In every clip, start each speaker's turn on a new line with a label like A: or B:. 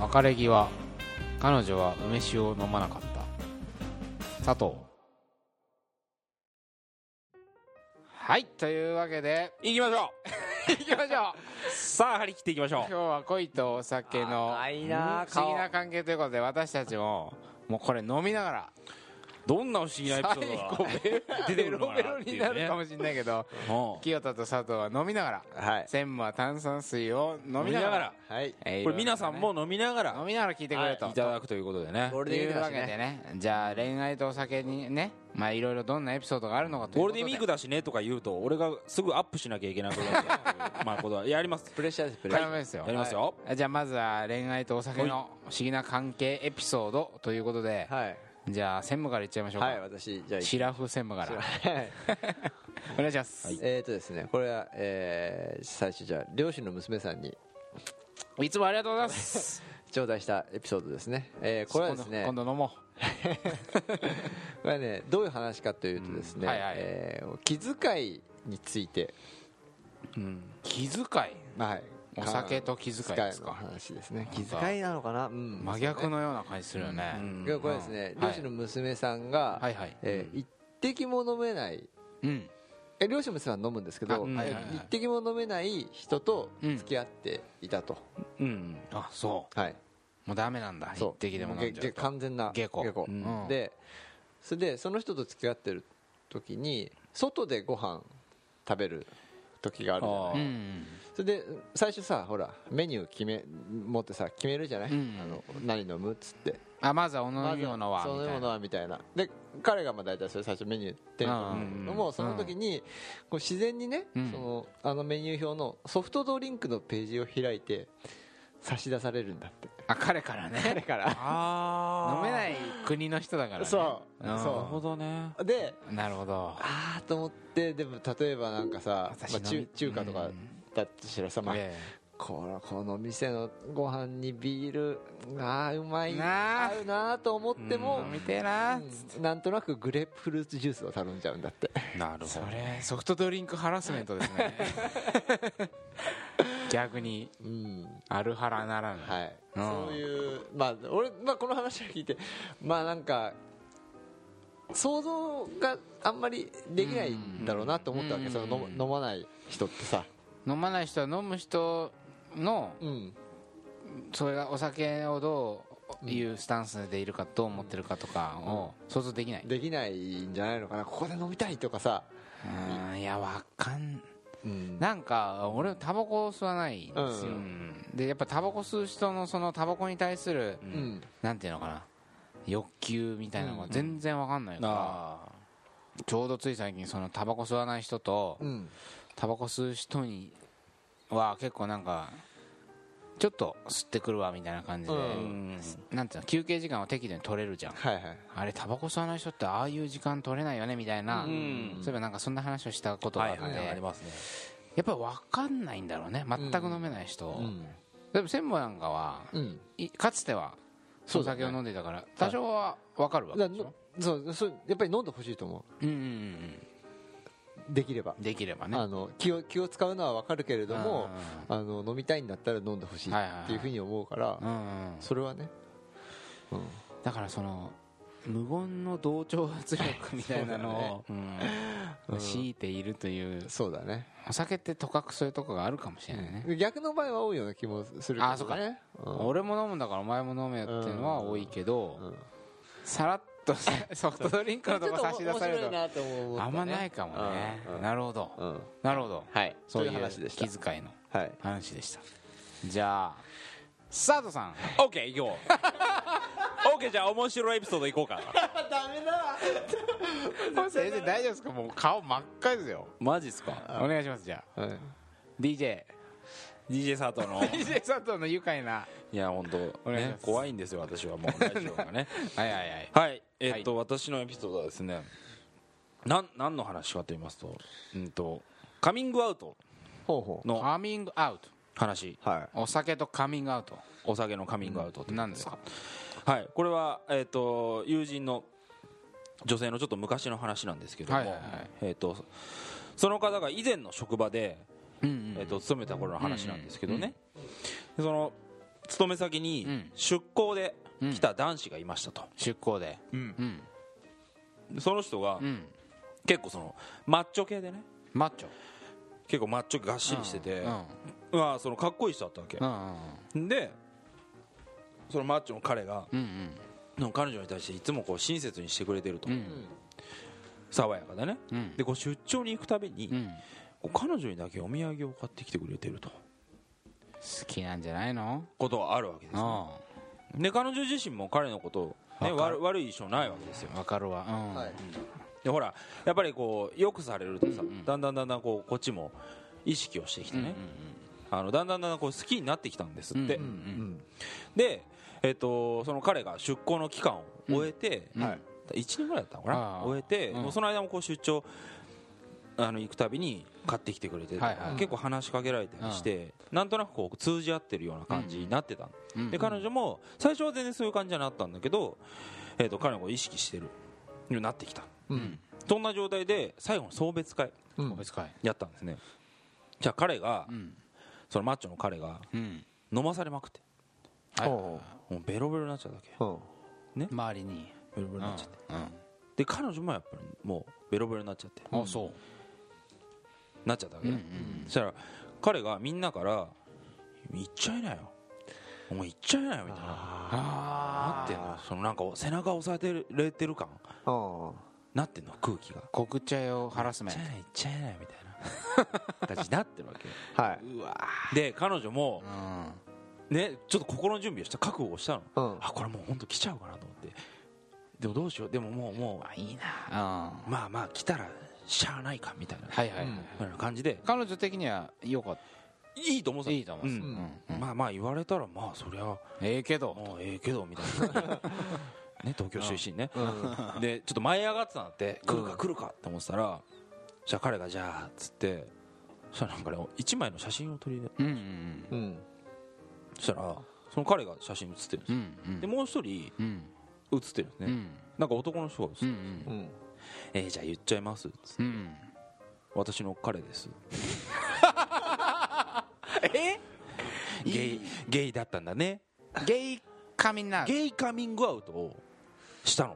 A: 別れ際彼女は梅酒を飲まなかった佐藤はいというわけ で
B: 行きましょ
A: いきましょう
B: うさあ張り切っていきましょ
A: 今日は恋とお酒の
B: あーいいなー
A: 不思議な関係ということで私たちももうこれ飲みながら
B: うどんな不思議なエピソードが出て
A: ベ
B: くる
A: ロ
B: のか
A: ベ
B: な
A: ロ
B: って
A: に
B: い
A: な
B: う
A: る
B: ね
A: かもしれないけど
B: うん
A: 清田と佐藤は飲みながら
C: はい
A: 専務は炭酸水を飲
B: 飲
A: み
B: み
A: な
B: な
A: が
B: が
A: ら
B: ら
C: はい
A: えー
B: これ皆さんも飲みなが
A: 飲
B: ら
A: みながら聞いてくれと、
B: いただくということでね
C: ゴール
A: と
C: デン
A: い
C: ウィーク
A: うわ
C: だし
A: けで
C: ね
A: ねじゃあ恋愛とお酒にねまあいろいろどんなエピソードがあるのかというこ
B: ゴール
A: とで
B: デンウィークだしねとか言うと俺がすぐアップしなきゃいけないことだ っていうまあことはやります
C: プレッシャーですプレッ
A: 絡
C: シ
A: め
C: ャー
A: ですよ、
B: やりますよ
A: じゃあまずは恋愛とお酒の不思議な関係エピソードということで、
C: はい
A: じゃあ専務からいっちゃいましょうか、
C: はい私じゃあ
A: シラフ専務から
C: はい
A: お願いします、い、
C: えーとですねこれはえー最初じゃあ両親の娘さんに
A: つもありがとうございます
C: 頂戴したエピソードですねえーこれはですね
A: 今度今度飲も
C: これはねどういう話かというとです
A: うん
C: ね、
A: はいはい
C: えー気遣いについて、
A: う気遣い
C: はい、
A: お酒と気遣いですか
C: 気遣の話ですね
A: な
C: 気
A: んか
C: 遣いなのかな、うん、
A: 真逆のような感じするよね、
B: うん
C: いやこれですね、
A: うん
C: 両親の娘さんが、
A: はいはい
C: えー一滴も飲めない
A: うん
C: え両親の娘さんは飲むんですけど、
A: あうん
C: えー
A: はいはいはい
C: 一滴も飲めない人と
A: うん
C: 付き合っていたと、
B: うん
A: あそう
C: はい
A: もうダメなんだ一
C: そう
A: 滴でも飲んじゃ
C: げ
A: う
C: げ
A: と
C: 完全な
A: 下戸
B: うん
A: うん
C: でそれでその人と付き合ってる時に外でご飯食べる時があるじゃない
B: あ
A: う
B: ー
A: ん
C: それで最初さほらメニュー決め持ってさ決めるじゃない、
A: うん
C: あの何飲むっつって
A: あまずはお飲み物は
C: その
A: みた
C: よう
A: い
C: な
A: な
C: はみたいなで彼がまあ大体それ最初メニューってると思うんだけど
B: う
C: も
B: ん
C: その時にこう自然にね、
A: うん
C: そのあのメニュー表のソフトドリンクのページを開いて差し出されるんだって
A: あ彼からね
C: だから
B: あ
A: 飲めないい国の人だからね
C: そう
A: うん
B: なるほ
C: そ
B: どね
C: うで
A: うなるほど
C: ああと思ってでも例えばなんかさ、
A: 私
C: まあ、
A: 飲み
C: 中中華と
A: う
C: か
A: ん
C: だとしたらさ、まあ、
A: え
C: このこの店のご飯にビールああうま
A: え
C: い
A: なあ
C: 合うなーと思っても、
A: 飲みてえな
C: うんなんとなくグレープフルーツジュースを頼んじゃうんだって
B: なるほ
A: そ
B: ど
A: れソフトドリンクハラスメントですね 逆に
C: うん
A: アルハラならぬ
C: は
A: う
C: い、
A: ん
C: そういうまあ俺、まあ、この話を聞いてまあなんか想像があんまりできないんだろうなと思ったわけ、
A: うん
C: その飲ま飲まない人ってさ
A: 飲まない人は飲む人の
C: うん
A: それがお酒をどういうスタンスでいるかどう思ってるかとかを想像できない
C: できないんじゃないのかなここで飲みたいとかさ、
A: うんいやわかん
C: うん
A: なんか俺タバコを吸わないんですよ、
C: う
A: でやっぱタバコ吸う人のそのタバコに対する、
C: うん
A: なんていうのかな欲求みたいなのが全然わかんないから、
B: ああ
A: ちょうどつい最近そのタバコ吸わない人と
C: うん
A: タバコ吸う人には結構なんかちょっと吸ってくるわみたいな感じで、
C: うん
A: なんていうの休憩時間は適度に取れるじゃん
C: はいはい
A: あれタバコ吸わない人ってああいう時間取れないよねみたいな、
B: うん
A: そういえばなんかそんな話をしたことがあ
B: は
A: っ
B: い
A: て、
B: はいありますね
A: やっぱり分かんないんだろうね全く飲めない人、
C: うん
A: でも専務なんかは
C: うん
A: いかつては
C: そ
A: お
C: うだね
A: 酒を飲んでいたから、多少は分かるわけ
C: だ
A: でし
C: の
A: ょ
C: そうそうやっぱり飲んでほしいと思
A: うんうんうん
C: うできれば、
A: うんできればね
C: あの気を気を使うのはわかるけれどもあの飲みたいんだったら飲んでほしい
A: はいはいはい
C: っていうふうに思うから、
A: うんうん
C: それはね、うん
A: だからその無言の同調圧力みたいな のを強いているという
C: そうだね
A: お酒ってとかくそういうとこがあるかもしれないね、
C: 逆の場合は多いような気もするけどね
A: あそうか
C: うん
A: 俺も飲むんだからお前も飲めよっていうのは多いけど、
C: うん
A: さらっとさソフトドリンクのとこ差し出される
C: ちょっと面白
A: と
C: いなと思う
A: あんまないかもね、
C: うんうん
A: なるほど
C: うん
A: なるほど
C: はい
A: そうい
C: という
A: う
C: 話でした
A: 気遣いの
C: はい
A: 話でしたじゃあスタートさん
B: オッケー行こう オッケーじゃあ面白いエピソード行こうか
C: ダメだ
A: 先生大丈夫ですかもう顔真っ赤ですよ
B: マジっすか
A: お願いしますじゃあ
C: はい
A: DJDJ
B: DJ 佐藤の
A: 佐藤の愉快ない
B: や本当
A: 願いし
B: ね
A: ます
B: 怖いんですよ私はもうラジオがね
A: はいはいはい
B: はいえっと私のエピソードはですねなん何の話かと言いますとうんとカミングアウト
C: ほうほう
B: の
A: カミングアウト
B: 話
C: はい
A: お酒とカミングアウト
B: お酒のカミングアウトということ
A: なんですか
B: はいこれはえっと友人の女性のちょっと昔の話なんですけども
A: はいはいはい
B: えっとその方が以前の職場で
A: うん
B: えっと勤めた頃の話なんですけどね、でその勤め先に
A: うん
B: 出向で来た男子がいましたと、
A: 出向で
B: うん
A: うん
B: でその人が
A: うん
B: 結構そのマッチョ系でね
A: マッチョ
B: 結構マッチョがっしりして
A: う
B: て、
A: ん
B: まあ、そのかっこいい人だったわけ
A: う、ん
B: でそのマッチョの彼が
A: うんうん
B: の彼女に対していつもこう親切にしてくれてると、
A: うん
B: 爽やかでね、
A: うん
B: でこう出張に行くたびに、
A: うん
B: こう彼女にだけお土産を買ってきてくれてると
A: 好きなんじゃないの
B: ことはあるわけで
A: う
B: す、ね、
A: ん
B: で彼女自身も彼のことを、ね、
A: わか
B: 悪悪い印象ないわけですよ
A: わかるわうん
C: はい
B: でほらやっぱりこうよくされるとさ、
A: うんうん
B: だんだんだんだんこうこっちも意識をしてきてね、あのだんだんだんだんこう好きになってきたんですって、
A: うんうん
C: うん
B: で、えっとその彼が出向の期間を終えて、
A: うん
C: はい
B: 1年ぐらいだったのか
A: あ
B: な
A: あ
B: 終えて、
A: うん
B: もうその間もこう出張あの行くたびに買ってきてくれてとか、
A: はいはい
B: 結構話しかけられたりして、なんとなくこう通じ合ってるような感じになってたの、
A: うん
B: で彼女も最初は全然そういう感じじゃなかったんだけど、えっと彼のことを意識してるようになってきた
C: うん
B: そんな状態で最後の送別会
C: うん
A: 個別会
B: やったんですねじゃあ彼が、
A: うん
B: そのマッチョの彼が
A: うん
B: 飲まされまくって
A: はい
C: ほ
B: もうベロベロになっちゃうだけ
C: ほ
A: 周りに
B: ベロベロ
A: うん
B: に
A: う
B: なんっちゃって、で彼女もやっぱりもうベロベロになっちゃって
A: あそ
B: なっちゃったわ
A: う
B: け、
A: うんう
B: ね
A: ん
B: そしたら彼がみんなから「行っちゃいなよお前行っちゃいなよ」みたいなな
A: あ
B: ってんのそのなんか背中押されてるてる感
C: ほ
B: なってんの空気が「
A: 告知用ハラス
B: 行
A: メ
B: っ
A: ン
B: ちゃいなよ行っちゃいなよ」みたいな 感じになってるわけ
C: はい
B: で彼女も
A: トうん
B: ねちょっと心の準備をした覚悟をしたの
C: うん
B: あこれもう本当来ちゃうかなと思ってでもどうしようでももうも
A: あいいな
B: うまあまあ来たらしゃあないかみたいな
A: うんはいはいはい
C: うん
B: みたいな感じで
A: 彼女的には良かっ
B: いいと思ったてた
A: いいと思うんです
B: うん
A: うんうん
B: まあまあ言われたらまあそりゃ
A: ええけど
B: もうええけどみ たいなね東京出身ね
C: うん
B: でちょっと舞い上がってたんだって来るか来るかって思ってたらじゃあ彼がじゃあっつってそしたらなんかね一枚の写真を撮りで
A: うんうん
C: うん
B: そしたらその彼が写真写ってるんです
A: う
B: よ
A: んうん
B: でもう一人
A: うん
B: 写ってるんです
A: う
B: ね、
A: ん
B: なんか男の人が写って
A: う
B: る、
A: ん
C: うん
B: えーじゃあ言っちゃいますっつって
A: うん
B: 私の彼です
A: え
B: ゲイゲイだったんだね
A: ゲイカミングアウト
B: ゲイカミングアウトをしたの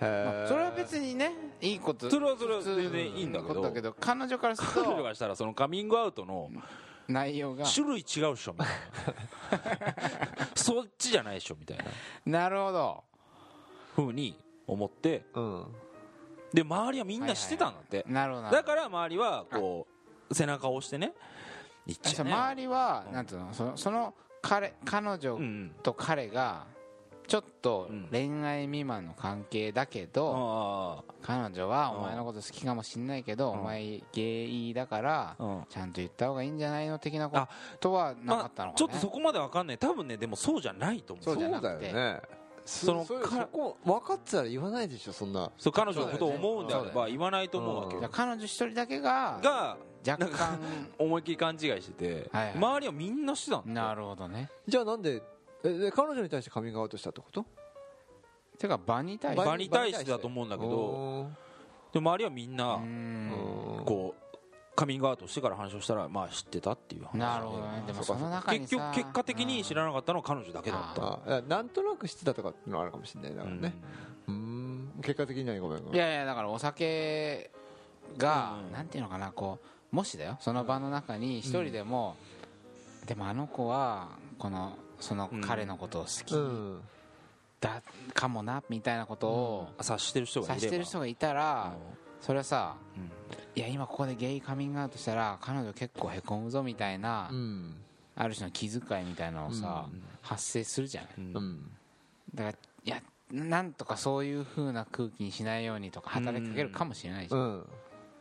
A: まあ
C: へ
A: それは別にねいいこと
B: それはそれは
A: 普通
B: 全然いいんだけ
A: こと
B: ど
A: 彼女からする
B: 彼女
A: と
B: がしたらそのカミングアウトの
A: 内容が
B: 種類違うっしょみたいなそっちじゃないっしょみたいな
A: なるほど
B: ふうに思って
C: うん
B: で周りはみんなしてたんだって、
A: なるほどなる
B: だ
A: ほど
B: から周りはこう背中を押してねいっちゃ
A: そうう
B: ね
A: 周りは
B: うん
A: なんていうのそのその彼彼女
B: うんうん
A: と彼がちょっと
B: うん
A: 恋愛未満の関係だけ
B: あ
A: ど
B: あ
A: 彼女はお前のこと好きかもしんないけど
B: うん
A: お前ゲイだから
B: うん
A: ちゃんと言った方がいいんじゃないの的なことはなかったのかね
B: ちょっとそこまでわかんない多分ねでもそうじゃないと思う
A: そうじゃ
C: そ
A: な
C: う
A: く
C: だよ
A: て
C: ね
B: その
C: そそ
B: か
C: そこ分かってたら言わないでしょそんな
B: そう彼女のことを思うんであれ
A: そうだよ
B: ば言わないと思うわけ
C: う
A: じゃあ
B: よ
A: 彼女一人だけが
B: が
A: 若干
B: 思いっきり勘違いしてて
A: はいはい
B: 周りはみんなしてたんだ
A: なるほどね
C: じゃあなんでえで彼女に対してカミングアウトしたってこと
A: てか場に対して
B: 場に対してだと思うんだけどでも周りはみん
A: う
B: な
A: ーん
C: こ
B: こうカミングアウトしてから話をしたらまあ知ってたっていう話で
A: なるほどねでもその中に
B: 結
A: さ
B: 局結果的に知らなかったのは彼女だけだった
C: ああなんとなく知ってたとかっていうのはあるかもしれないだからねうん結果的に何ごめんご
A: うんい
C: めん
A: やいやだからお酒が
B: うん
A: なんていうのかなこうもしだよその場の中に一人でもでもあの子はこのその彼のことを好き
C: うん
A: だかもなみたいなことを
B: 察してる人がいれば
A: 察してる人がいたらそれはさ
B: うん
A: いや今ここでゲイカミングアウトしたら彼女結構へこむぞみたいな
C: うん
A: ある種の気遣いみたいなのをさ
B: うん
A: 発生するじゃない
B: うん
C: うん
A: だからいやなんとかそういう風な空気にしないようにとか働きかけるかもしれないし、
C: うん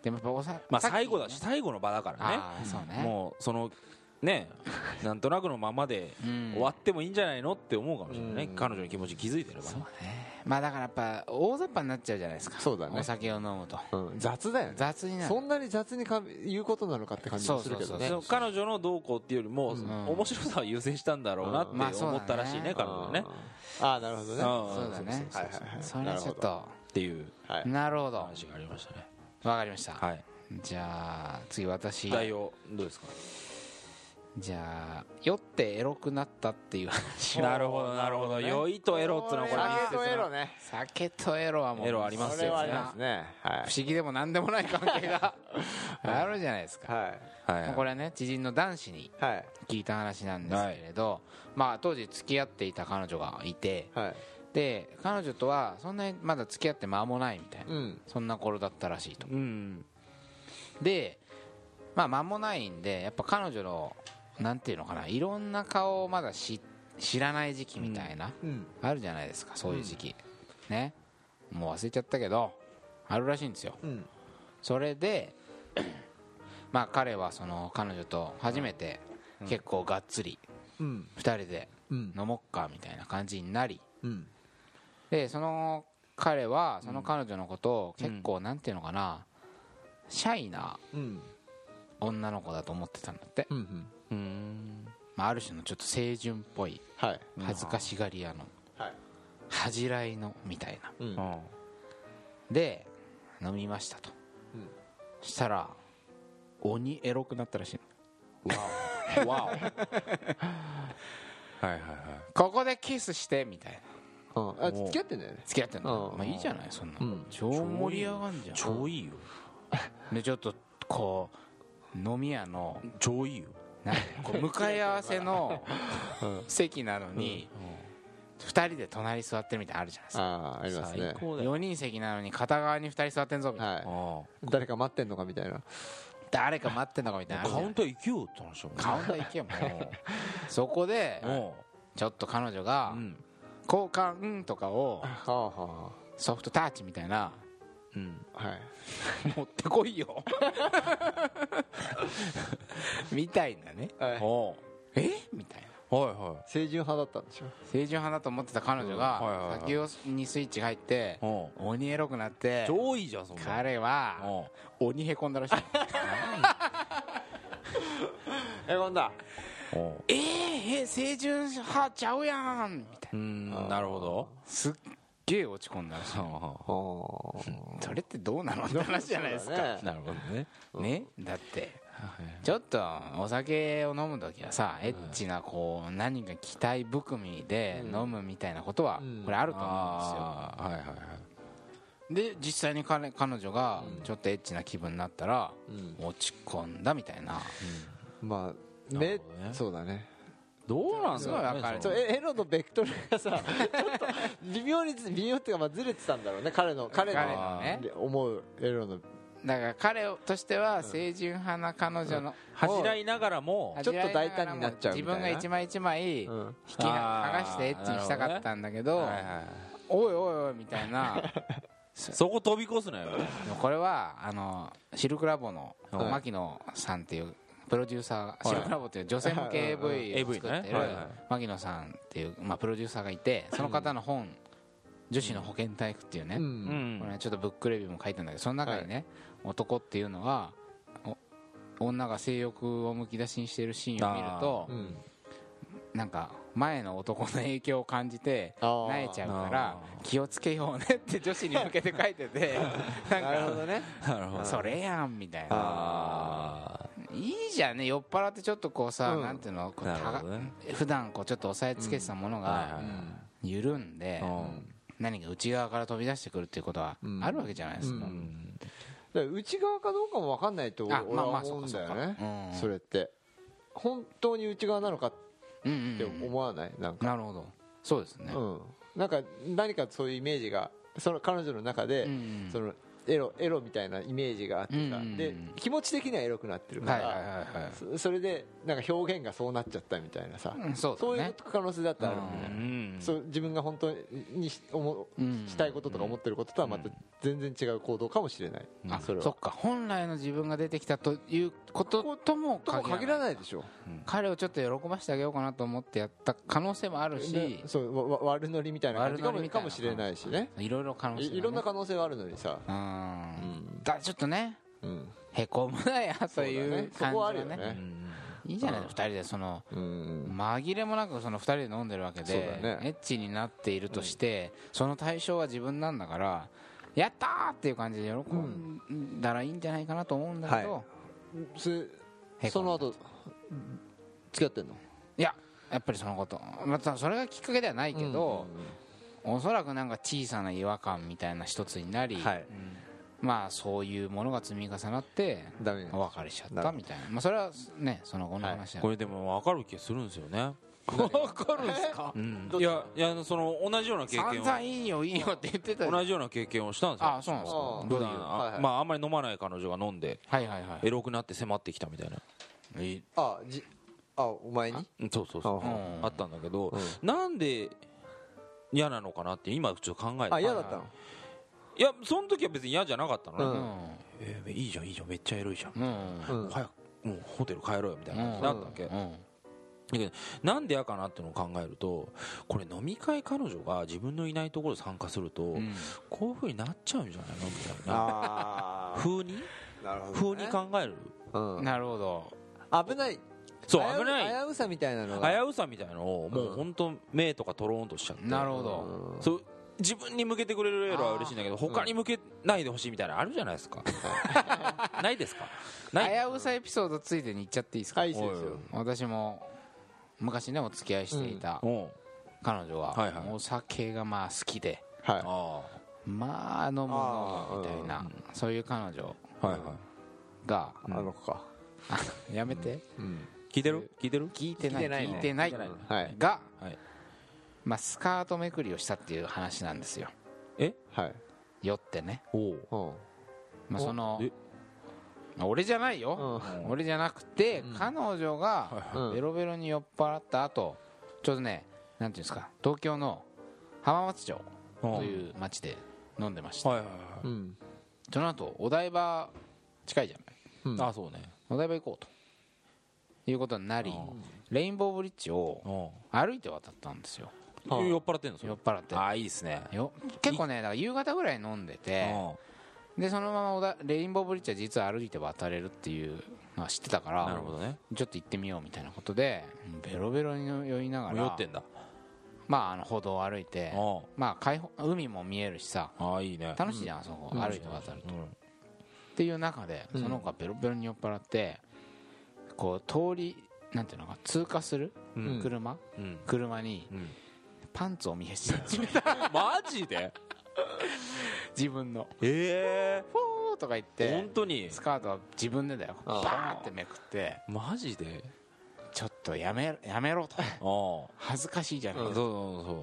A: でもやっぱおさ
B: まあ
A: さっきね
B: 最後だし最後の場だから
A: ああそう
B: ね
A: ね
B: もうその ねなんとなくのままで
A: うん
B: 終わってもいいんじゃないのって思うかもしれないね
C: うん
B: 彼女の気持ち気づいてれば
A: そう
B: ね
A: ねまあだからやっぱ大雑把になっちゃうじゃないですか
C: そうだね
A: お酒を飲むと
C: うん雑だよね
A: 雑にな
C: そ
A: る
C: んなに雑にか言うことなのかって感じもするけど
A: そう
C: ね
B: その彼女のどうこうっていうよりも
C: うん
B: 面白さを優先したんだろうな
C: うんま
B: っ
A: あ
B: て
A: そうだね
B: 思ったらしいね彼女ね
C: ああなるほ
B: う
C: どね
B: ん
A: そうだね
C: そうそうそうはいはいはい
A: それはちょっ
C: な
A: と
B: っていう
C: はい
A: なるほど
B: 話がありましたね
A: わかりました
B: はい
A: じゃあ次私
B: 代表どうですか
A: じゃあ酔ってエロくなったっていう話
B: なるほどなるほど酔いとエロっていうのはこれ密
C: 酒とエ
B: 接な
C: ロね
A: 酒とエロはもう
B: エロありますよね
C: それはありますねは
A: 不思議でも何でもない関係があるじゃないです
C: い
A: か、
C: はい
B: はい
A: もうこれはね知人の男子に
C: はい
A: 聞いた話なんですけれど、まあ当時付き合っていた彼女がいて
C: はい
A: で彼女とはそんなにまだ付き合って間もないみたいな、
C: うん
A: そんな頃だったらしいと
B: うん
A: でまあ間もないんでやっぱ彼女のなんていうのかないろんな顔をまだ知知らない時期みたいな、
C: うん
A: あるじゃないですかそういう時期、ねもう忘れちゃったけどあるらしいんですよ
C: うん
A: それでまあ彼はその彼女と初めて結構がっつり
C: うん
A: 2人で
C: うん
A: 飲もっかみたいな感じになり
C: うん
A: でその彼はその彼女のことを結構なんていうのかなシャイな
C: うん
A: 女の子だと思ってたんだって、
C: うんうん
B: うん
A: まあ、ある種のちょっと清純っぽい
C: はい
A: 恥ずかしがり屋の
C: はい
A: 恥じらいのみたいな
C: うん
B: うん
A: で飲みましたと、
C: うん
A: したら鬼エロくなったらしいの
B: わおわおはいはいはい
A: ここでキスしてみたいな
C: うんあ付き合ってんだよね
A: 付き合ってんの
C: うん
A: まあいいじゃないそんな、
C: うん
A: 超盛り上がんじゃん
B: 超いいよ
A: でちょっとこう飲み屋の
B: 超いいよ
A: なんかこう向かい合わせの席なのに2人で隣座ってるみたいなのあるじゃないですか
C: ああありますね
B: 最高だよ
A: 4人席なのに片側に2人座ってんぞみたいな
C: は
B: あ
C: い誰か待ってんのかみたいな
A: 誰か待ってんのかみたい
B: あ
A: なのあ
B: カ
A: る
B: ウンター行けよって話だもんね
A: じゃんカウンター行けよ もうそこでちょっと彼女が
B: うん
A: 交換とかを
C: はあは
A: ソフトタッチみたいな
B: うん
C: あはい
A: 持ってこい よみたいなね
C: はい
B: おう
A: えみたいな
B: はいは
C: 清純派だったんでしょ
A: 清純派だと思ってた彼女
B: うんはいはいは
A: が
B: い
A: 先をにスイッチが入って
B: いおう
A: 鬼エロくなって
B: 超いいじゃんそんなの
A: 彼は
B: おう
A: 鬼へこんだらしい
C: えこんだ
B: おう
A: えー、え清純派ちゃうやんみたいうなん
B: なるほど
A: すっげえ落ち込んだらしい
B: は
C: お
A: それってどうなのって話じゃないですか
B: あなるほどね
A: ねだってちょっとお酒を飲む時はさエッチなこう何か期待含みで飲むみたいなことは
C: うん
A: これあると思うんですよ
B: ああはいはいはい
A: で実際に彼彼女がちょっとエッチな気分になったら
C: うん
A: 落ち込んだみたいな
C: まあ
B: な
C: め
B: るほどね
C: そうだね
B: どうなん
A: すごいわかる
B: そ
C: そう
B: れ
C: エエロのベクトルがさちょっと微妙にず微妙っていうかまあずれてたんだろうね彼の彼の
A: 彼のね
C: 思うエロの
A: だから彼としては清純派な彼女の
B: 恥じらいながらも
C: ちょっと大胆になっちゃう
A: 自
C: みたい
A: 分
C: な
A: が一枚一枚引
C: うん
A: きな剥がしてエッチにしたかったんだけど
B: はいはい
A: おいおいおいみたいな
B: そこ飛び越すなよ
A: でもこれはあのシルクラボの
C: はい
A: 牧野さんっていうプロデューサー
B: はい
A: シルクラボっていう女性向け AV を
B: AV
A: 作ってる
B: ねはいはい
A: 牧野さんっていう、まあ、プロデューサーがいてその方の本「女子の保健体育」っていうね、
C: うん
A: これねちょっとブックレビューも書いてんだけどその中にね、男っていうのはお女が性欲をむき出しにしてるシーンを見ると
C: うん
A: なんか前の男の影響を感じて
C: あー
A: 萎えちゃうから気をつけようねって女子に向けて書いててなん
C: なるほ
A: か
C: どね
B: なるほど
A: それやんみたいな
B: あ
A: いいじゃんね酔っ払ってちょっとこうさ、
C: うん
A: なんていうのこう
B: なるほどね
A: たが普段こうちょっと押さえつけてたもの
B: はいは
A: が
B: い
A: 緩んで、
B: うん
A: 何か内側から飛び出してくるっていうことは
C: うん
A: あるわけじゃないですか、
B: うん
C: だから内側かどうかも分かんないと俺
A: あまあま
C: は
A: あそ
C: 思
A: うか
C: うん
A: そ
C: だ
A: う
C: よ
A: か
C: ね
A: うん
C: それって本当に内側なのかっ
A: うん
C: て
A: うんうん
C: 思わないなんか
A: なるほどそうですね、
C: うんなんか何かそういうイメージがその彼女の中で
A: うん
C: そのエロエロみたいなイメージがあってさ
A: うんうんうん
C: で気持ち的にはエロくなってるか
A: はいはい
C: ら
A: はいはい
C: そそれでなんか表現がそうなっちゃったみたいなさ、
A: うんそう
C: そう
A: だ
C: いう
A: ね
C: 可能性だってあるもん
B: う
C: ね、
B: ん
C: そう自分が本当にし思う
A: うん
C: したいこととか思ってることとはまた全然違う行動かもしれない、
A: あ
C: そ
A: そ
C: れは
A: っか本来の自分が出てきたということとも
C: とも限ら
A: い
C: ないでしょ
A: 彼をちょっと喜ばしてあげようかなと思ってやった可能性もあるし
C: ねそうわわ悪ノリみたいな感じか
A: 悪ノリ
C: も
A: みた
C: か
A: いな
C: もしれないしね
A: いろいろ可能性がね
C: いいろんな可能性はあるのにさ、
A: う
C: うんん
A: だちょっとね
C: うん、
A: へこむなやという感じ
C: そうだねそこは
A: は
C: あるよ
A: ね
C: ね
A: いいじゃない
C: うん
A: 2人でその
C: うん
A: 紛れもなくその2人で飲んでるわけで
C: そうだね
A: エッチになっているとしてその対象は自分なんだからやったーっていう感じで喜んだらいいんじゃないかなと思うんだけ
C: は
A: ど
C: それ
A: へこんだ
C: その後付き合ってんの
A: いややっぱりそのことまたそれがきっかけではないけど、おそらくなんか小さな違和感みたいな一つになり、
C: はい
A: まあそういうものが積み重なって
C: ダメ
A: お別れしちゃったみたいなまあそれはねその後の話だけ
B: こ
A: ど
B: れでも分かる気がするんですよね
C: わかるんですか
B: うんいやいやその同じような経
A: 散
B: 験
A: 々
B: を
A: いいよいいよって言ってたじゃん
B: 同じような経験をしたんですよ
A: あそうなんですか
C: ああ
A: どう
B: 普
A: いう
B: 段あ,、
C: はいはい
B: まあ、あんまり飲まない彼女が飲んで
A: はいはいはい
B: エロくなって迫ってきたみたいな、
A: え
C: あじあお前に
B: うんそうそう
C: あ
B: そう
A: うん
B: あったんだけど、
C: う
B: なんで嫌なのかなって今ちょっと考えて
C: あ嫌だったの
B: いやその時は別に嫌じゃなかったのね、
C: うん
B: えーいいじゃんいいじゃんめっちゃエロいじゃん、
A: うん
C: うん
B: もう早くもうホテル帰ろうよみたいな感じだったわけ、
A: うん
B: だけどなんで嫌かなっていうのを考えるとこれ飲み会彼女が自分のいないところで参加すると、
A: うん
B: こういうふうになっちゃうんじゃないのみたいな
C: あ
B: 風に
C: あなる
B: 風に考える
C: うん
A: なるほど
C: 危ない
B: そう
C: 危う
B: 危ない
C: 危うさみたいなのが
B: 危うさみたいなのをもう本当目とかとろーんとしちゃって
A: なるほ
C: う
A: ど
C: ん
B: そう自分に向けてくれるエロは嬉しいんだけど他に向けないでほしいみたいなのあるじゃない ですかないですかない
A: 危うさエピソードついでに言っちゃっていいですか
C: はいいいですよ
A: 私も昔ねお付き合いしていた
B: うん
A: 彼女は
B: はいはい
A: お酒がまあ好きで
C: はい
B: あ
A: まあ飲む飲むみたいなそういう彼女
B: あはいはい
A: が
C: あの子か
A: やめて
C: うん
B: 聞いてる聞いてる
A: 聞いてな
C: 聞い
A: い
C: てないね
A: 聞いてない
C: はい
A: が
B: はい
A: まあスカートめくりをしたっていう話なんですよ
C: はい
A: 酔ってね
B: おお
C: うん
A: まあその
B: え
A: 俺じゃないよ
C: うん
A: 俺じゃなくて、彼女が
B: は
C: うん
A: ベロベロに酔っ払った後ちょうどねなんていうんですか東京の浜松町という町で飲んでました、
B: はいはいは
C: うん
A: その後お台場近いじゃない
C: うん
B: いあそうね
A: お台場行こうということになりレインボーブリッジを
B: う
A: 歩いて渡ったんですよ
C: はあ
B: ん酔っ払ってんのそれ
A: 酔っ払って
B: ああいいですね
A: よ結構ねだから夕方ぐらい飲んでてでそのままおだレインボーブリッジは実は歩いて渡れるっていうのは知ってたか
B: うん
A: ら
B: なるほどね
A: ちょっと行ってみようみたいなことでベロベロに酔いなが
B: もう
A: ら
B: 酔ってんだ
A: まああの歩道を歩いて
B: うん
A: まあ開放海も見えるしさ
B: ああいいね
A: 楽しいじゃん、そこ
C: うん
A: 歩いて渡ると、
B: う
A: っ
B: ん
A: ていう中で
C: う
A: そ
C: ん
A: の子がベロベロに酔っ払ってこう通りなんていうのか通過する
C: うん
A: 車、
B: うん
A: 車に
B: うん
A: パンツをお見せし 始めた
B: マジで
A: 自分の
B: え
A: 「フォー」とか言っ
B: え本
A: て
B: 当に
A: スカートは自分でだよ
C: ああ
A: バーってめくって
B: マジで
A: ちょっとやめやめろと
B: ああ
A: 恥ずかしいじゃない
B: そうそう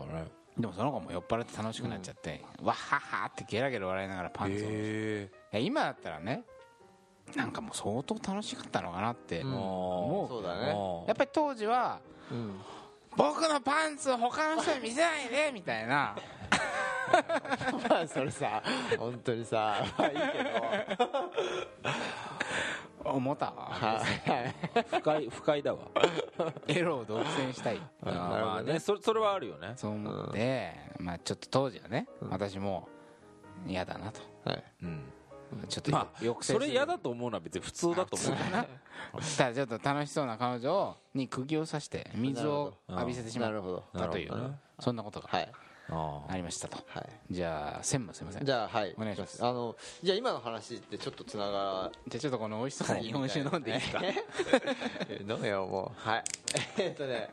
B: そうだね
A: でもその子も酔っ払って楽しくなっちゃって、わっはっはってゲラゲラ笑いながらパンツを、
B: え
A: いや今だったらねなんかもう相当楽しかったのかなって、
C: う
B: え
C: ん
A: も
B: も
C: そうだ
B: う
C: ね
A: やっぱり当時は
C: うん
A: 僕のパンツを他の人に見せないでみたい な
C: まあそれさ本当にさ まあいいけど
A: 思ったわ
C: はい
B: ぱ不快不快だわ
A: エロを独占したい
B: あー
C: なる
B: ま
C: ほ
B: あ
C: どね
B: ねそそれはあるよね
A: そう思って、まあちょっと当時はね、私も嫌だなと
C: はい
B: うん
A: ちょっと、
B: まあ
A: 抑制す
B: そ
A: る
B: れ嫌だと思うのは別に普通だと思
A: そ
B: う
A: したらちょっと楽しそうな彼女をに釘を刺して水を浴びせてしま
C: なるほど
A: ったという、
B: なるほどね
A: そんなことが
C: はい
B: あ
A: ありましたと、
C: はい
A: じゃあ専務すみません
C: じゃあはい
A: お願いします
C: あのじゃあ今の話ってちょっとつなが
A: じゃあちょっとこの美味しそうな日本酒飲んでいいですか、
C: 飲むよもうはい えっとね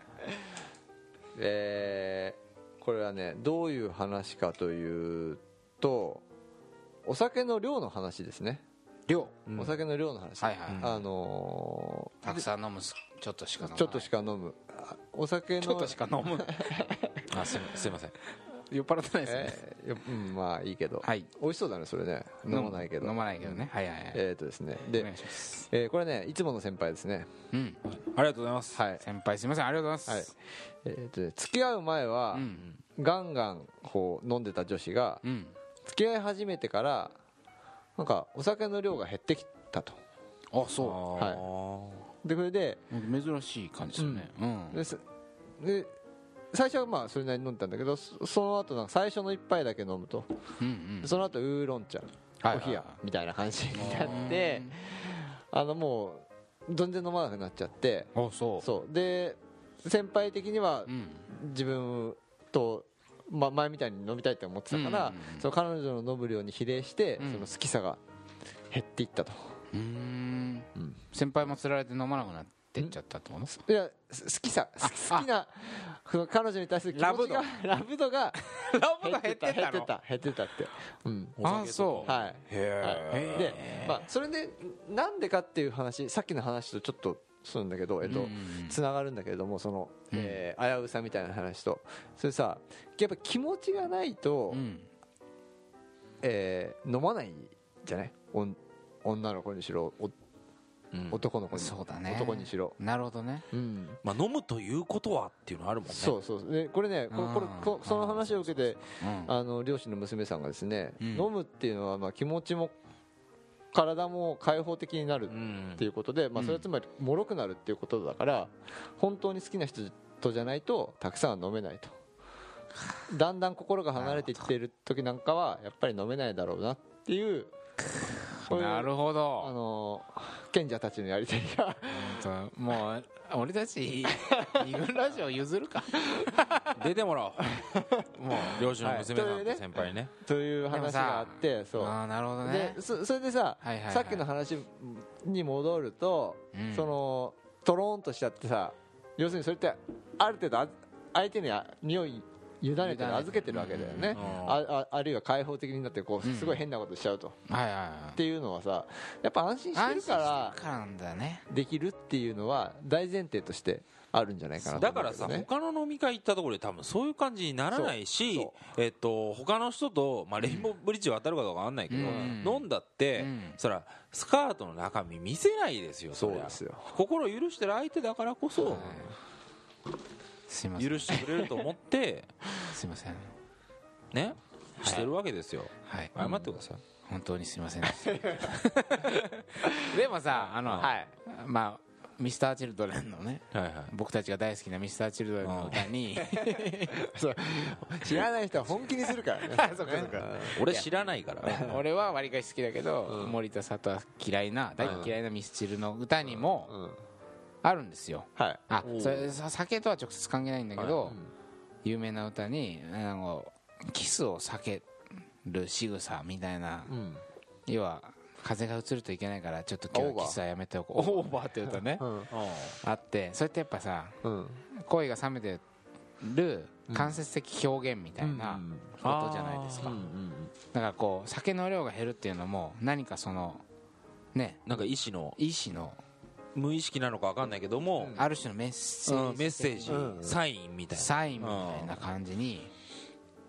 C: えーこれはねどういう話かというとお酒の量の話ですね、
A: 量
B: うん
C: お酒の量の話、
A: はいはい
C: あのー
A: たくさん飲むすちょっとしか飲む
C: ちょっとしか飲むあお酒の
A: ちょっとしか飲む
B: ああすいますいません
A: 酔っ払ってないですよね
C: えーいやうんまあいいけど、
A: はい
C: 美味しそうだねそれね飲まないけど
A: 飲まないけどねはいはいはい
C: えっ、とですね
A: お願
C: で
A: い、します
C: えーこれねいつもの先輩ですね
A: うん
B: ありがとうございます
C: はい、
A: 先輩すみませんありがとうござい
C: は
A: ま
C: い
A: す
C: えーとね付き合う前は、
A: うん
C: ガンガンこう飲んでた女子が
A: うん
C: 付き合い始めてからなんかお酒の量が減ってきたと
A: あ
B: あ
A: そ
C: でそれで
A: う珍しい感じですよねうん
C: ですで最初はまあそれなりに飲んでたんだけどそその後なんか最初の一杯だけ飲むと
A: うんうん
C: でその後ウーロン茶
A: はい
C: お冷や
A: は
C: みたいな感じになってあのもう全然飲まなくなっちゃって
A: あそう
C: そうで先輩的には
A: うん
C: 自分と、ま、前みたいに飲みたいって思ってたから、
A: うんうんうん
C: その彼女の飲む量に比例して、
A: うん
C: その好きさが減っていったと、
A: うーん
C: うん
A: 先輩も釣られて飲まなくなっってっちゃった ってこと
C: いやす好きさ好き好きなその彼女に対する気持ちが
A: ラブ度
C: ラブ度が
A: ラブ
C: 減
A: が
C: ってた減ってた減ってたってうん
B: お酒と
A: あそう
C: はい
B: へ
C: で、まあ、それでなんでかっていう話さっきの話とちょっとそうなんだけど、えっとつながるんだけれどもその、えー危うさみたいな話とそれさやっぱ気持ちがないと、
A: うん
C: えー飲まないじゃないおん女の子にしろお
B: え、うん
C: 男の子に
A: そうだね
C: 男にしろ、
A: なるほどね
C: うん、
B: まあ飲むということはっていうのあるもんね
C: そうそうでこれねこ
A: あー
C: これこその話を受けて
A: うん
C: あの両親の娘さんがですね、
A: うん
C: 飲むっていうのはまあ気持ちも体も開放的になる
B: うん
C: っていうことで、まあ、それはつまり脆くなるっていうことだから本当に好きな人とじゃないとたくさんは飲めないとだんだん心が離れていっている時なんかはやっぱり飲めないだろうなっていうこういう
A: なるほ
C: あ
A: ど
C: の賢者たちのやりたいが
A: そうもう俺たち二軍ラジオ譲るか
B: 出てもらおう
A: もう
B: 両親の娘さ
C: は
B: ん
C: い
B: と先輩ね
C: という話があってそう
A: ああなるほどね
C: でそそれでさ、
A: はいはいはい
C: さっきの話に戻ると、
A: うん
C: そのトローンとしちゃってさ要するにそれってある程度あ相手にあ匂い委ねて
A: 委ね
C: る
A: て
C: 預けてるわけだよね、
B: うん
C: あああるいは開放的になってこう
A: うん
C: すごい変なことしちゃうと、っ
A: はいはいは
C: ていうのはさやっぱ安心
A: い
C: してるから
A: 安心してるからなんだね
C: できるっていうのは大前提としてあるんじゃないかなと
B: だ
C: 思
B: か
C: うん
B: ら
C: けど
B: さ
C: ね
B: 他の飲み会行ったところで多分そういう感じにならない
C: そう
B: し
C: そ
B: えっと他の人とまあレインボーブリッジ渡るかどうかわかんないけど
A: うん
B: 飲んだって
A: うん
B: そらスカートの中身見せないですよ
C: そう
B: りゃ
C: ですよ
B: 心を許してる相手だからこそ
A: すいません
B: 許してくれると思って
A: すいません
B: ねしてるわけですよ
A: はい
B: 謝ってください
A: 本当にすいませんでした でもさあの、
C: はい
A: まあミスターチルドレンのね
B: はいはい
A: 僕たちが大好きなミスターチルドレンの歌に
C: そう知らない人は本気にするからねそうかそうか
B: 俺知らないからね
A: 俺はわりかし好きだけど、森田里は嫌いな大嫌いなミスチルの歌にも
C: うん
A: あるんですよ
C: はい
A: あ
B: おう
A: それさ酒とは直接関係ないんだけど、有名な歌にあのキスを避ける仕草みたいな、
C: うん
A: 要は風が移るといけないからちょっと今日はキスはやめておこうオーバーって歌ね
C: うん
A: あってそれってやっぱさ
C: うん
A: 恋が冷めてる間接的表現みたいなことじゃないですか、だからこう酒の量が減るっていうのも何かそのね
B: なんか意思の
A: 意思の
B: 無意識なのかわかんないけども
A: ある種のメッセ
B: うん
A: ージ
B: メッセージ
C: うん
B: サインみたいな
A: サインみたいな感じに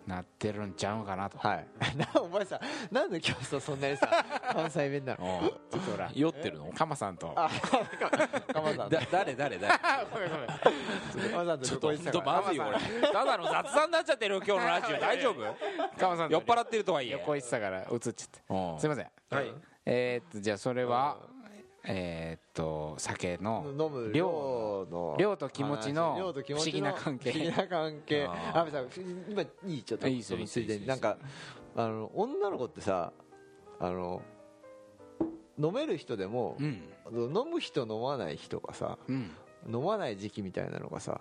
A: なってるんちゃうかなと
C: はいなお前さなんで今日さそんなにさ関西弁なの
B: うん
A: ちょっとほら
B: 酔ってるの
A: カマさんと
C: 鎌田さん
B: だ誰誰誰
C: 鎌田さんと
B: ちょ
C: 旅
B: っと本
C: 行行ってた
B: 当
C: から
B: まずいよこれただの雑談になっちゃってる今日のラジオ大丈夫
A: カマさんと
B: 酔っ払ってるとはいえ
A: 横行ってたから映っちゃって
B: うん
A: すいません
B: はい
A: えーっとじゃあそれはえーっと酒の
C: 飲む
A: 量
C: 量の
A: 量と気持ちの
C: 量と気持ちの
A: 不思議な関係
C: 不思議な関係
B: あー
C: あべさんふ今いいちょっと
A: いいですよ
C: そのついで
A: い
C: に
A: いで
C: な
A: す
C: ん
A: よ
C: かあの女の子ってさあの飲める人でも
A: うん
C: 飲む人飲まない人がさ
A: うん
C: 飲まない時期みたいなのがさ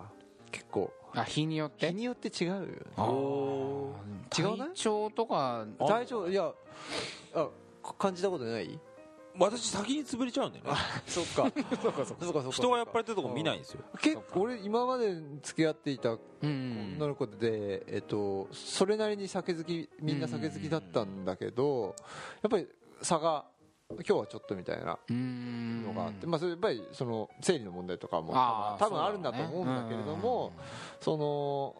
C: 結構
A: あ日によっ
C: 日
A: て
C: によって違うよね
A: あ
B: お
A: ー
C: 違うね
A: 体調とか
C: 体調いやあか感じたことない
B: 私先に潰れちゃうんだよね
C: そっかそっかそっかそっか
B: 人が酔っ払ってるとこ見ないんですよ
C: 結構俺今まで付き合っていた
A: うん
C: 女の子で、えっと、それなりに酒好きみんな酒好きだったんだけどやっぱり差が今日はちょっとみたいな
A: うん
C: のがあって、まあ、それやっぱりその生理の問題とかも
A: あー
C: 多
A: そ
C: 分
A: うだろうね
C: あるんだと思うんだけれどもその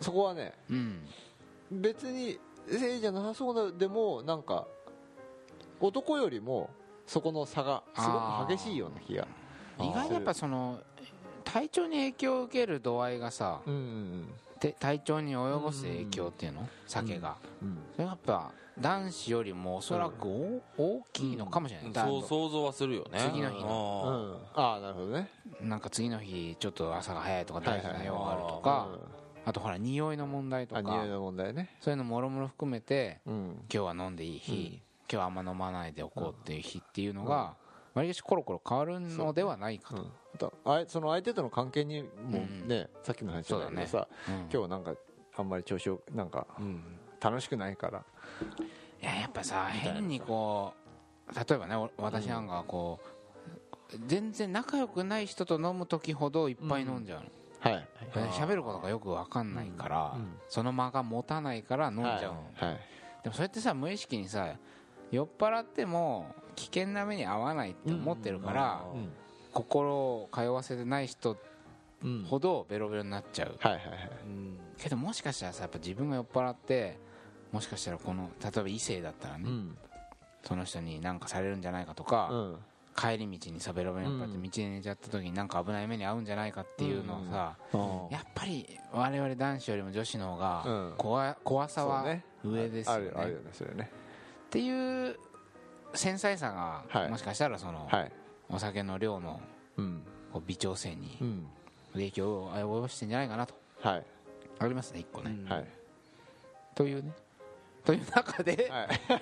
C: そこはね
A: うん
C: 別に生理じゃなさそうなでもなんか男よりもそこの差がすごく激しいような気が
A: 意外にやっぱその体調に影響を受ける度合いがさ
C: うんうん
A: て体調に及ぼす影響っていうの酒が
C: うん
A: それがやっぱ男子よりもおそらくお大きいのかもしれないだ
B: そう想像はするよね
A: 次の日
C: う
B: の
C: んああなるほどね
A: なんか次の日ちょっと朝が早いとか大事な用があると
C: う
A: か
C: ん
A: あとほら匂いの問題と
C: あ匂い
A: か
C: の問題ね
A: そういうのもろもろ含めて
C: うん
A: 今日は飲んでいい日今日はあんま飲まないでおこうっていう日っていうのがわりかしコロコロ変わるのではないか
C: う
A: と
C: んあとあいその相手との関係にもね、さっきの話じゃないけど
A: そう
C: さ、今日なんかあんまり調子よくなんか楽しくないから
A: いややっぱさ変にこう例えばねお私なんかはこう、全然仲良くない人と飲む時ほどいっぱい飲んじゃうの
C: はい
B: うん
A: え喋ることがよく分かんないから、
B: うんうん
A: その間が持たないから飲んじゃうの、
C: はい
A: でもそれってさ無意識にさ酔っ払っても危険な目に遭わないって思ってるから、
B: うんうん
A: 心を通わせてない人
C: うんはい
A: ほどベロベロになっちゃう、
C: はいはい
A: けどもしかしたらさやっぱ自分が酔っ払ってもしかしたらこの例えば異性だったらね、
C: うん
A: その人に何かされるんじゃないかとか、
C: うん
A: 帰り道にさベロベロに酔っ払って道で寝ちゃった時になんか危ない目に遭うんじゃないかっていうのをさ、やっぱり我々男子よりも女子の方
C: う
A: が
C: ん
A: 怖,、怖さ
C: そう
A: は
C: ね
A: 上ですよ
C: あ
A: ね
C: るあるよねそれね
A: っていう繊細さが、
C: はい
A: もしかしたらその、
C: はい
A: お酒の量の
C: うん
A: こう微調整に
C: うん
A: 影響を及ぼしてんじゃないかなと
C: はい
A: ありますね一個ね、
C: はい
A: というねという中で、
C: はい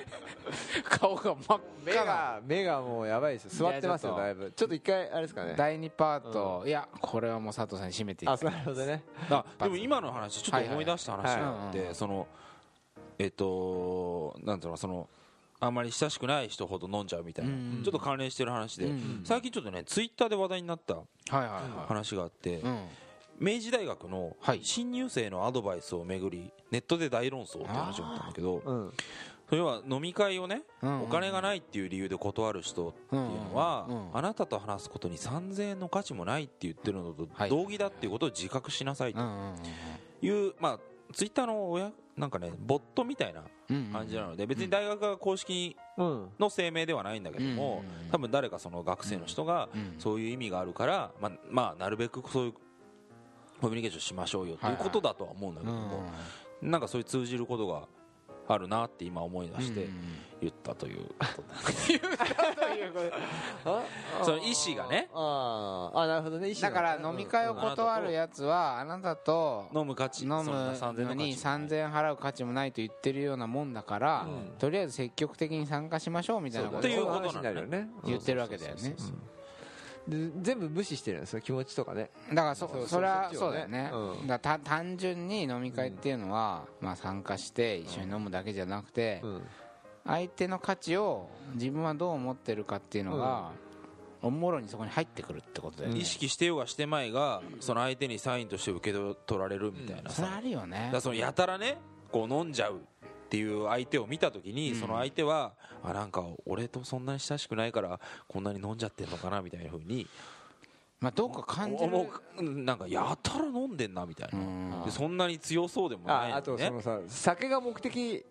A: 顔が真っ
C: 目
A: 赤な
C: が目がもうやばいですよ座ってますよ
A: いや
C: だいぶちょっと一回あれですかね
A: 第2パート、いやこれはもう佐藤さんに締めていた
C: あ
A: だき
C: そうなるほどね
B: あでも今の話ちょっと思い出した話があっ
A: はいはいはい
B: てそのえっとなんだろうのそのあんまり親しくない人ほど飲んじゃうみたいな
A: うん
B: ちょっと関連してる話で
A: うんうん
B: 最近ちょっとねツイッターで話題になった
A: はいはいは
B: 話があって
A: い、うん、
B: 明治大学の
A: はい
B: 新入生のアドバイスをめぐりネットで大論争って話があったんだけど
C: うん
B: それは飲み会をね
A: うんうんうん
B: お金がないっていう理由で断る人っていうのは
A: うんうん
B: あなたと話すことに3000円の価値もないって言ってるのと
A: はい
B: 同義だっていうことを自覚しなさいと
A: うんうんうん
B: いうまあツイッターの親なんかねボットみたいな
A: うんうん
B: 感じなので別に大学が公式
C: うん
B: の声明ではないんだけども
A: うんうんうん
B: 多分誰かその学生の人が
A: うん
B: そういう意味があるからまあまあなるべくそういうコミュニケーションしましょうよっていうことだとは思うんだけ
A: う
B: ど
A: ん
B: もなんかそういう通じることがあるなって今思い出し
A: う
B: て
A: んうん
B: 言ったということだ
C: あ
B: その意思がね
C: あーあなるほどね意思
A: だ
C: が
A: から飲み会を断るやつはあなたと
B: 飲む価値
A: 飲むのに3000円払う価値もないと言ってるようなもんだから
C: うん
A: とりあえず積極的に参加しましょうみたいな
B: そ
A: こ
B: う
A: と
B: だね
A: を
B: ということな
C: だ
B: んだ
C: よね
A: 言ってるわけだよね
C: で全部無視してるんですよ気持ちとかね
A: だからそ
C: そうそう
A: それは
C: そ
A: そううだ
C: だよ
A: よ
C: ね
A: ね
C: うん
A: だからた単純に飲み会っていうのはまあ参加して一緒に飲むだけじゃなくて
C: うん
A: 相手の価値を自分はどう思ってるかっていうのがおもろにそこに入ってくるってことだよね
B: 意識してようがしてまいがその相手にサインとして受け取られるみたいな
A: それ
B: さ
A: あるよ
B: だ
A: ね
B: からそのやたらねこう飲んじゃうっていう相手を見た時に、その相手はあなんか俺とそんなに親しくないからこんなに飲んじゃってんのかなみたいなふうに
A: まあどうか感じる
B: 思ううんなんかやたら飲んでんなみたいな、
A: うん
B: でそんなに強そうでもないのに
C: あ
B: ね
C: あとそのさ酒が目的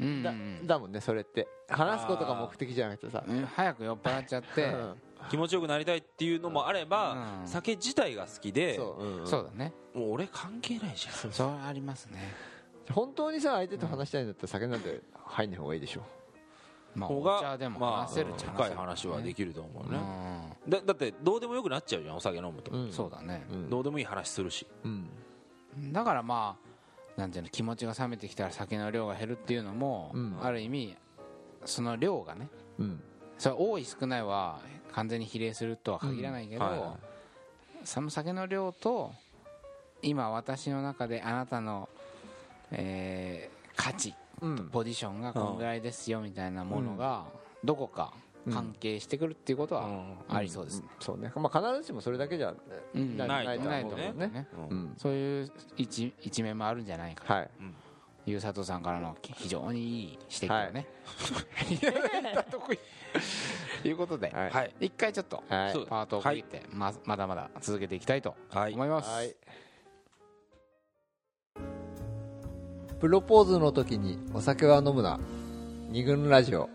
A: うんうんう
C: だ
A: ん
C: だもんねそれって話すことが目的じゃなくてさ
A: うん早く酔っ払っちゃって
C: う
B: 気持ちよくなりたいっていうのもあれば、
A: うん
B: 酒自体が好き
C: ん
B: で
C: そううん
A: そうだね
B: もう俺関係ないじゃん
A: それありますね
C: 本当にさ相手と話したいんだったら酒なんて入んない方がいいでしょ
A: まあ
B: 方
A: お
B: が
A: 茶でも
B: まあ
A: 話せるっちゃ
B: 深い話はできると思う
A: る
B: ね、
A: ね
B: だだってどうでもよくなっちゃうじゃんお酒飲むと、
A: うんそうだね
C: うん
B: どうでもいい話するし
C: うん
A: だからまあなんていうの気持ちが冷めてきたら酒の量が減るっていうのも
C: うん
A: ある意味その量がね
C: うん
A: それ多い少ないは完全に比例するとは限らないけ
B: うんはいは
A: どその酒の量と今私の中であなたのえー価値
C: うん
A: ポジションがこのぐらいですよみたいなものがどこか関係してくるっていうことはありそうですね
C: そうねまあ必ずしもそれだけじゃ
A: うん
C: ない
B: ない
C: ないと
A: ないと
C: 思う
A: 思う
C: ね
A: ね
B: うん
C: うん
A: そういう一一面もあるんじゃないかと
C: はい
A: いう佐藤さんからの非常にいい指摘をね、 い、ということで、
C: はい
B: はい
A: 一回ちょっと
C: はい
B: そう
A: パートを区切って、ままだまだ続けていきたいと
B: はい
A: 思います、
C: はいプロポーズの時にお酒は飲むな二軍ラジオ